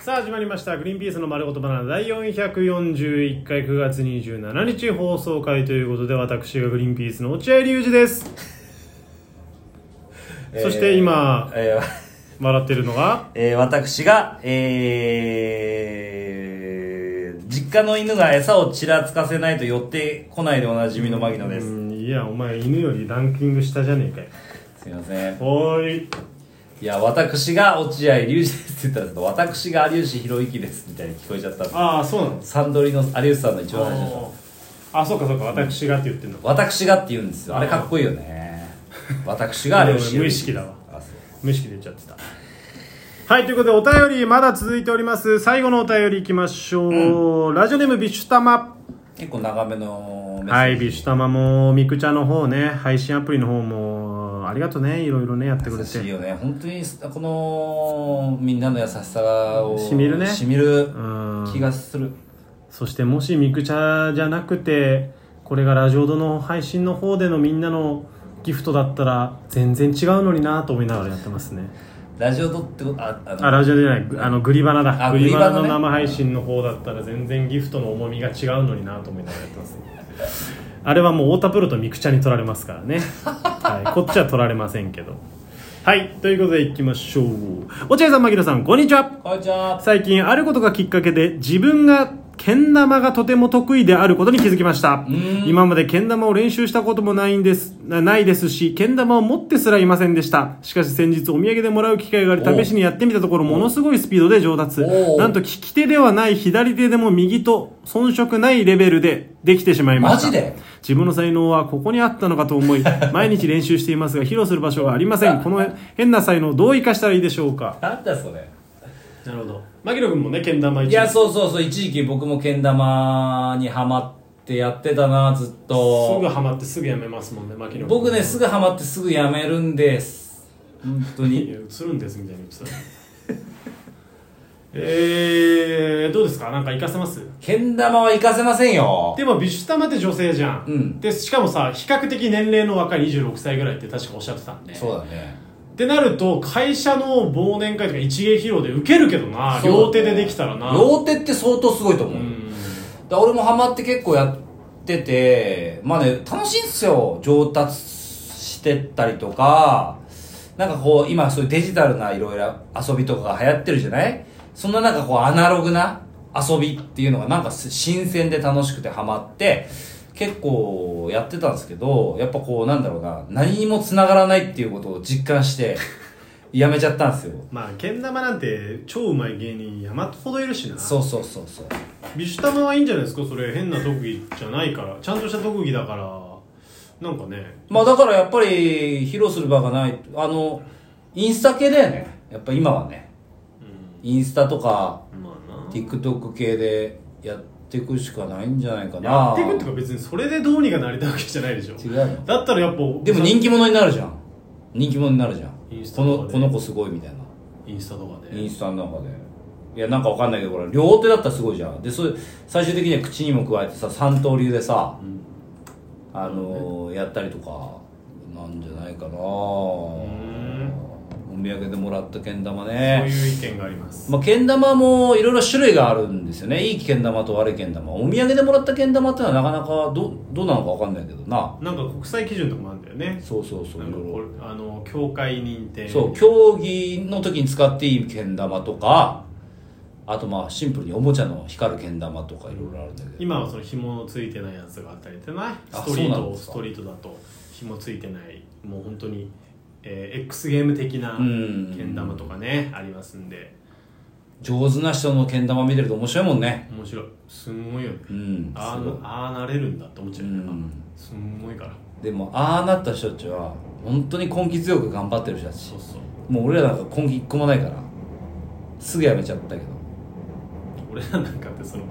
さあ始まりました「グリーンピースの丸ごとバナナ」第441回9月27日放送回ということで私がグリーンピースの落合隆二ですそして今えーえ ー笑ってるのがえー私が、えー実家の犬が餌をちらつかせないと寄ってこないでおなじみの牧野でうす。んいやお前犬よりランキング下じゃねえかよすいません。おーいいや、私が落合隆二ですって言ったんですけど、私が有吉弘行ですみたいに聞こえちゃったんです。ああそうなんですサンドリの有吉さんの一番最初の。あそうかそうか私がって言ってんの私がって言うんですよ。あれかっこいいよね。私が有吉弘行無意識だわあそう無意識で言っちゃってたはいということでお便りまだ続いております最後のお便りいきましょう、ラジオネームビシュタマ結構長めのメッセージはい、ビシュタマも、ミクチャの方ね、配信アプリの方も、ありがとうね、いろいろね、やってくれ優て。しいよね本当にこのみんなの優しさをしみるねしみるうん気がするそして、もしミクチャじゃなくて、これがラジオドの配信の方でのみんなのギフトだったら、全然違うのになと思いながらやってますね。ラジオドってことああのあ、ラジオじゃない、グあの、グリバナだ。あグリバナのグリバナ生ね配信の方だったら、全然ギフトの重みが違うのになと思いながらやってますね。あれはもう太田プロとミクチャに取られますから ね、はい、こっちは取られませんけどはいということでいきましょう落合さん牧野さんこんにちはこんにちは最近あることがきっかけで自分がけん玉がとても得意であることに気づきました今までけん玉を練習したこともないんですなないですしけん玉を持ってすらいませんでしたしかし先日お土産でもらう機会があり試しにやってみたところものすごいスピードで上達おーなんと利き手ではない左手でも右と遜色ないレベルでできてしまいましたマジで自分の才能はここにあったのかと思い毎日練習していますが披露する場所がありませんこの変な才能をどう生かしたらいいでしょうかなんだそれなるほど牧野君もねけん玉一いやそうそうそう一時期僕もけん玉にハマってやってたなずっすぐとハマってすぐやめますもんね牧野君僕ねすぐハマってすぐやめるんです本当い にや映るんですみたいに言ってた えー、どうですかなんか行かせますけん玉は行かせませんよでも美術玉って女性じゃん、うんでしかもさ比較的年齢の若い26歳ぐらいって確かおっしゃってたんでそうだねってなると会社の忘年会とか一芸披露で受けるけどな両手でできたらな両手って相当すごいと思う、うんだ俺もハマって結構やっててまあね楽しいんすよ上達してったりとかなんかこう今そういうデジタルないろいろ遊びとかが流行ってるじゃないそんななんかこうアナログな遊びっていうのがなんかす新鮮で楽しくてハマって結構やってたんですけどやっぱこうなんだろうな何にも繋がらないっていうことを実感してやめちゃったんですよまあけん玉なんて超うまい芸人山ほどいるしなそうそうそうそうビシュタマはいいんじゃないですかそれ変な特技じゃないからちゃんとした特技だからなんかねまあだからやっぱり披露する場がないあのインスタ系だよねやっぱ今はねインスタとかまあな TikTok 系でやっていくしかないんじゃないかなやっていくっていうか別にそれでどうにかなりたいわけじゃないでしょ違うのだったらやっぱでも人気者になるじゃん人気者になるじゃんインスタこかとでのこの子すごいみたいなインスタとかイでンスタの中でいやなんかわかんないけどこれ両手だったらすごいじゃんでそれ最終的には口にも加えてさ三刀流でさ、あのーやったりとかなんじゃないかなお土産でもらったけん玉そうねいう意見がありますまあ、けん玉もいろいろ種類があるんですよねいいけん玉と悪いけん玉お土産でもらったけん玉ってのはなかなかどどうなのかわかんないけどななんか国際基準とかもあるんだよねそうそうそうないんかろいろこれあの協会認定そう競技の時に使っていいけん玉とかあとまあシンプルにおもちゃの光るけん玉とかいろいろあるんだけど今はその紐のついてないやつがあったりってないあストリーそうなんトですスかトリートだと紐ついてないもう本当に、えー X ゲーム的なうけんん玉とかねありますんで上手な人のけん玉見てると面白いもんね面白いすんごいよねうんあーああなれるんだって思っちゃうよね、うんすんごいからでもああなった人たちは本当に根気強く頑張ってる人たちそうそうもう俺らなんか根気一個もないからすぐやめちゃったけど俺らなんかってその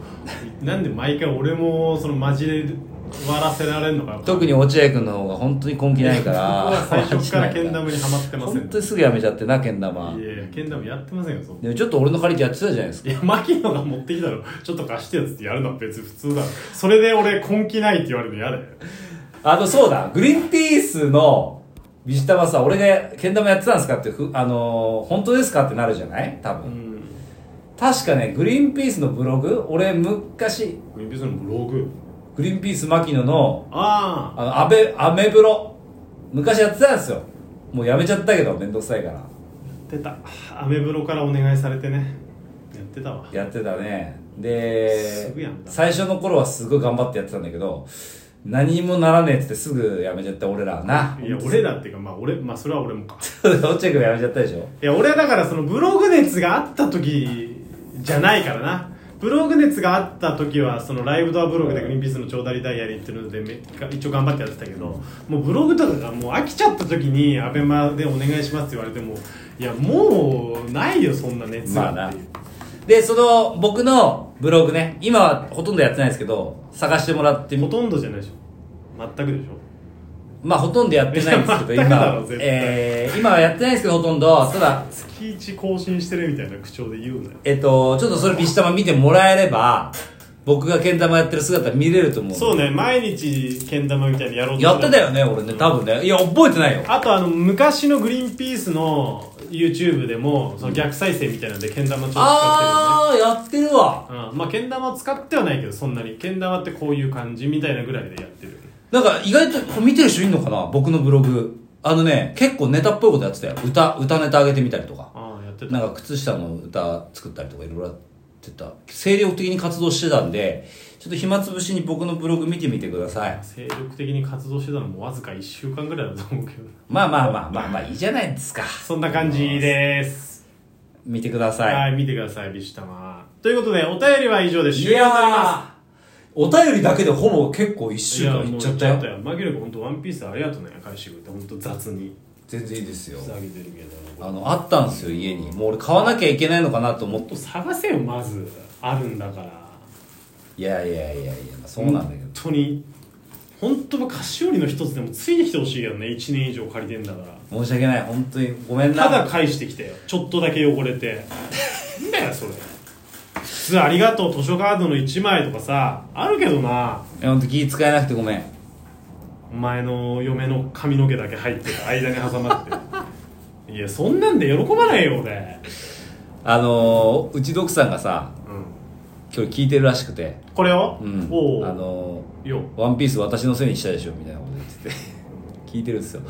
なんで毎回俺もそのマジで終わらせられるのか特に俺落合君の方が本当に根気ないからは最初からけん玉にはまってません本当にすぐやめちゃってなけん玉いやいやけん玉やってませんよそんなでもちょっと俺の借りてやってたじゃないですかいや、牧野が持ってきたの、ちょっと貸してやつってやるのは別に普通だろ。それで俺、根気ないって言われるの嫌だよ。あとそうだ、グリーンピースのビジタバさ、俺がけん玉やってたんですかってふ、あのー本当ですかってなるじゃない多分、ん。確かねグリーンピースのブログ俺昔グリーンピースのブロググリーンピース牧野のああのアベアメブロ昔やってたんですよもうやめちゃったけどめんどくさいからあやってたアメブロからお願いされてねやってたわやってたねすでぐやめた最初の頃はすごい頑張ってやってたんだけど何にもならねえってってすぐやめちゃった俺らはないや 俺らっていうかまあ俺まあそれは俺もか落合君もやめちゃったでしょいや俺はだからそのブログ熱があった時じゃないからなブログ熱があった時はそのライブドアブログでグリーンピースの長だりダイアリーっていうのでめ一応頑張ってやってたけどもうブログとかがもう飽きちゃった時にアベマでお願いしますって言われてもいやもうないよそんな熱まあがっなていう、でその僕のブログね今はほとんどやってないですけど探してもらってみほとんどじゃないでしょ全くでしょまあほとんどやってないんですけどい や全今くだろは、絶対えー、今はやってないんですけどほとんどただ月一更新してるみたいな口調で言うなよえっとちょっとそれビシタマ見てもらえれば僕がけん玉やってる姿見れると思うそうね毎日けん玉みたいにやろうとや思ってたよね俺ね多分ねいや覚えてないよあとあの昔のグリーンピースの YouTube でもその逆再生みたいなのでけん玉ちょっと使っああやってるわてるねうんまあけん玉使ってはないけどそんなにけん玉ってこういう感じみたいなぐらいでやってるなんか意外とこれ見てる人いんのかな僕のブログあのね結構ネタっぽいことやってたよ歌歌ネタ上げてみたりとかああやってたなんか靴下の歌作ったりとかいろいろやってた精力的に活動してたんでちょっと暇つぶしに僕のブログ見てみてください精力的に活動してたのもわずか1週間ぐらいだと思うけどまあまあまあまあまあいいじゃないですかそんな感じです見てくだはい、さい見てくださいビシュタマということでお便りは以上でい終了になりますやーお便りだけでほぼ結構1週間いっちゃったよよマギル君本当ワンピースありがとうね返してくれて本当雑に全然いいですよふざけてるけどあのあったんですよ家にもう俺買わなきゃいけないのかなと思って探せよまずあるんだからいやいやいやいやそうなんだけど本当に本当は菓子折りの一つでもついてきてほしいよね1年以上借りてんだから申し訳ない本当にごめんなただ返してきてよちょっとだけ汚れ てなんだよそれ普通ありがとう図書カードの1枚とかさあるけどないや本当気使えなくてごめんお前の嫁の髪の毛だけ入ってた間に挟まって いやそんなんで喜ばないよ俺あのー、うちドクさんがさうん今日聞いてるらしくてこれを、うんおおあのよー「ワンピース私のせいにしたでしょ」みたいなこと言ってて 聞いてるんですよ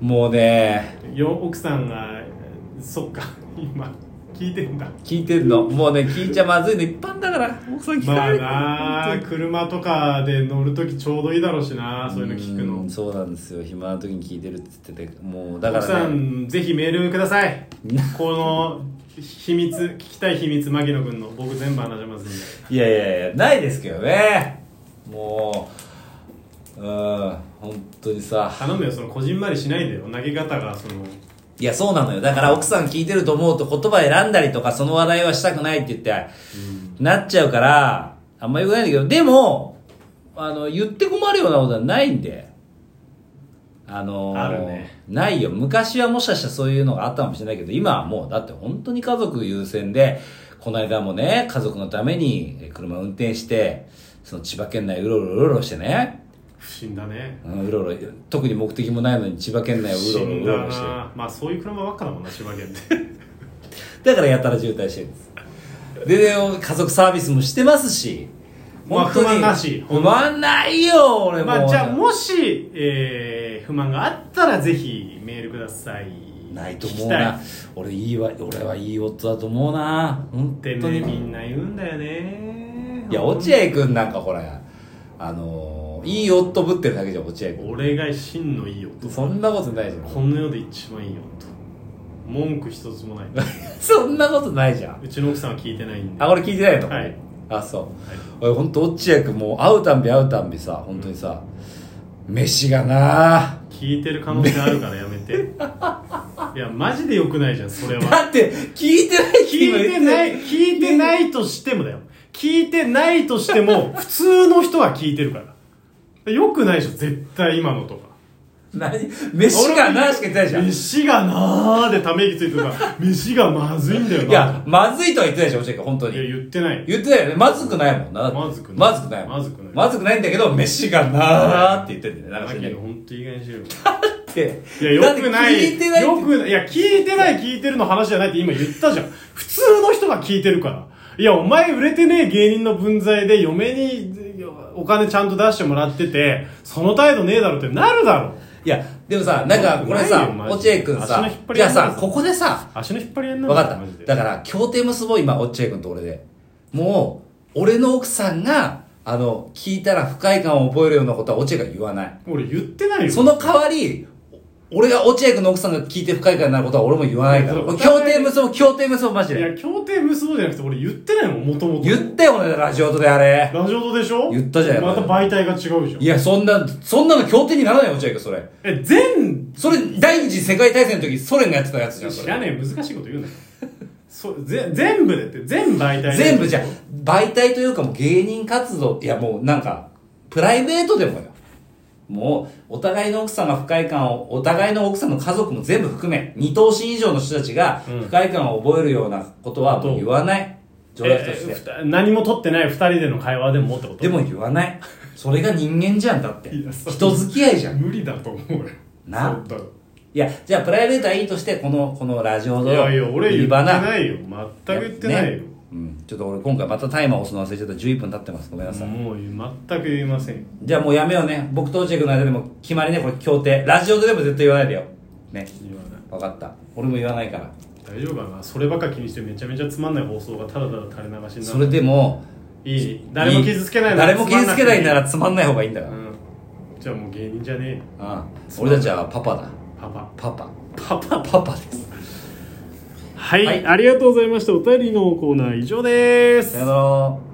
もうねよ奥さんがそっか今聞いてんだ聞いてるのもうね聞いちゃまずいの一般だから奥さん聞かまあれるなあ本車とかで乗るときちょうどいいだろうしな当そういうの聞くうのんそうなんですよ暇な時に聞いてるって言っててもうだか奥さら、ね、んぜひメールくださいこの秘密聞きたい秘密牧野君の僕全部話しますんでいやいやいやないですけどねもううん本当にさ頼むよそのこじんまりしないでよ投げ方がそのいや、そうなのよ。だから奥さん聞いてると思うと言葉選んだりとか、その話題はしたくないって言って、なっちゃうから、あんま良くないんだけど、でも、あの、言って困るようなことはないんで。あのーあるねないよ。昔はもしかしたらそういうのがあったかもしれないけど、今はもう、だって本当に家族優先で、この間もね、家族のためにえ車運転して、その千葉県内うろうろうろうろしてね、不審だねうんうろうろ、特に目的もないのに千葉県内を不うろうろ審うだろうろして。なまあそういう車ばっかだもんな千葉県 ってだからやたら渋滞してるんですでで家族サービスもしてますしまあ本当に不満なし不満ないよ俺も、まあじゃあもし、えー不満があったらぜひメールくださいないと思聞うきたいな俺いいわ俺はいい夫だと思うな本って当ねみにんな言うんだよねいや落合君なんかほらあのー、いい夫ぶってるだけじゃん落合君俺が真のいい男そんなことないじゃんこの世で一番いい男文句一つもないそんなことないじゃんうちの奥さんは聞いてないんであこれ聞いてないの、はいあそう俺本当落合君もう会うたんび会うたんびさ本当にさ、飯がな聞いてる可能性あるからやめ ていやマジでよくないじゃんそれはだって 聞いてない聞いてない聞いてないとしてもだよ聞いてないとしても普通の人は聞いてるからよくないでしょ絶対今のとか何飯がなしか言ってないじゃんい飯がなーでため息ついてるから飯がまずいんだよないやまずいとは言ってないじゃん落合君本当いやに言ってない言ってないよねまずくないもんなまずくないまずくないもんまずくないまずくないんだけど飯がなーって言ってるんだよねマなんかキ知らないホントいい加減にしろよけいどや、よくない。だって聞いてないよく、いや、聞いてない、聞いてるの話じゃないって今言ったじゃん。普通の人が聞いてるから。いや、お前売れてねえ芸人の分際で嫁にお金ちゃんと出してもらってて、その態度ねえだろってなるだろ。いや、でもさ、なんか、うこれまいさよマ、ジで落合く足んのさ引っ張、りじゃあ合いさな、んだここでさ、足の引っ張り合いになわるかだろマジっでた。だから、協定結ぼう、今、落合くんと俺で。もう、俺の奥さんが、あの、聞いたら不快感を覚えるようなことは落合くんは言わない。俺言ってないよ。その代わり、俺が落合くんの奥さんが聞いて不快感になることは俺も言わないから。そうこれ協定結ぼう、協定結ぼう、マジいで。や、協定結ぼうじゃなくて俺言ってないもん、もともと。言ったよ、俺、ラジオとであれ。ラジオとでしょ言ったじゃんやっまぱたり媒体が違うじゃんい。や、そんな、そんなの協定にならないよ、落合くん、それ。え、全、それ、第二次世界大戦の時、ソ連がやってたやつじゃん、そ知れら。ねえ、難しいこと言うなよ。そぜ全部でって、全媒体で全部じゃん媒体というかもう芸人活動いやもうなんかプライベートでもよもうお互いの奥さんが不快感をお互いの奥さんの家族も全部含め二等身以上の人たちがうん不快感を覚えるようなことはもう言わないえ冗談としえてふた何も取ってない二人での会話でもってことでも言わないそれが人間じゃんだっていやそう人付き合いじゃん無理だと思うよなそうだろいやじゃあプライベートはいいとしてこのこのラジオいのやいや俺言っていないよ全く言ってないよ、うん、ちょっと俺今回またタイマー押すの忘れちゃった11分経ってますごめんなさいもう全く言いませんよじゃあもうやめようね。僕と落合君の間でも決まりね、これ協定。ラジオででも絶対言わないでよ。ね。言わないわかった。俺も言わないから。大丈夫かなそればっか気にしてめちゃめちゃつまんない放送がただただ垂れ流しになるそれでも、いい誰も傷つけないなら誰も傷つけないならつつまんない方がいいんだかまら。んうん。くていいうんじゃあもう芸人じゃねえよ俺たちはパパだ。パパパパ。パパパパです。はい、はいありがとうございましたお便りのコーナー以上ですさよなら。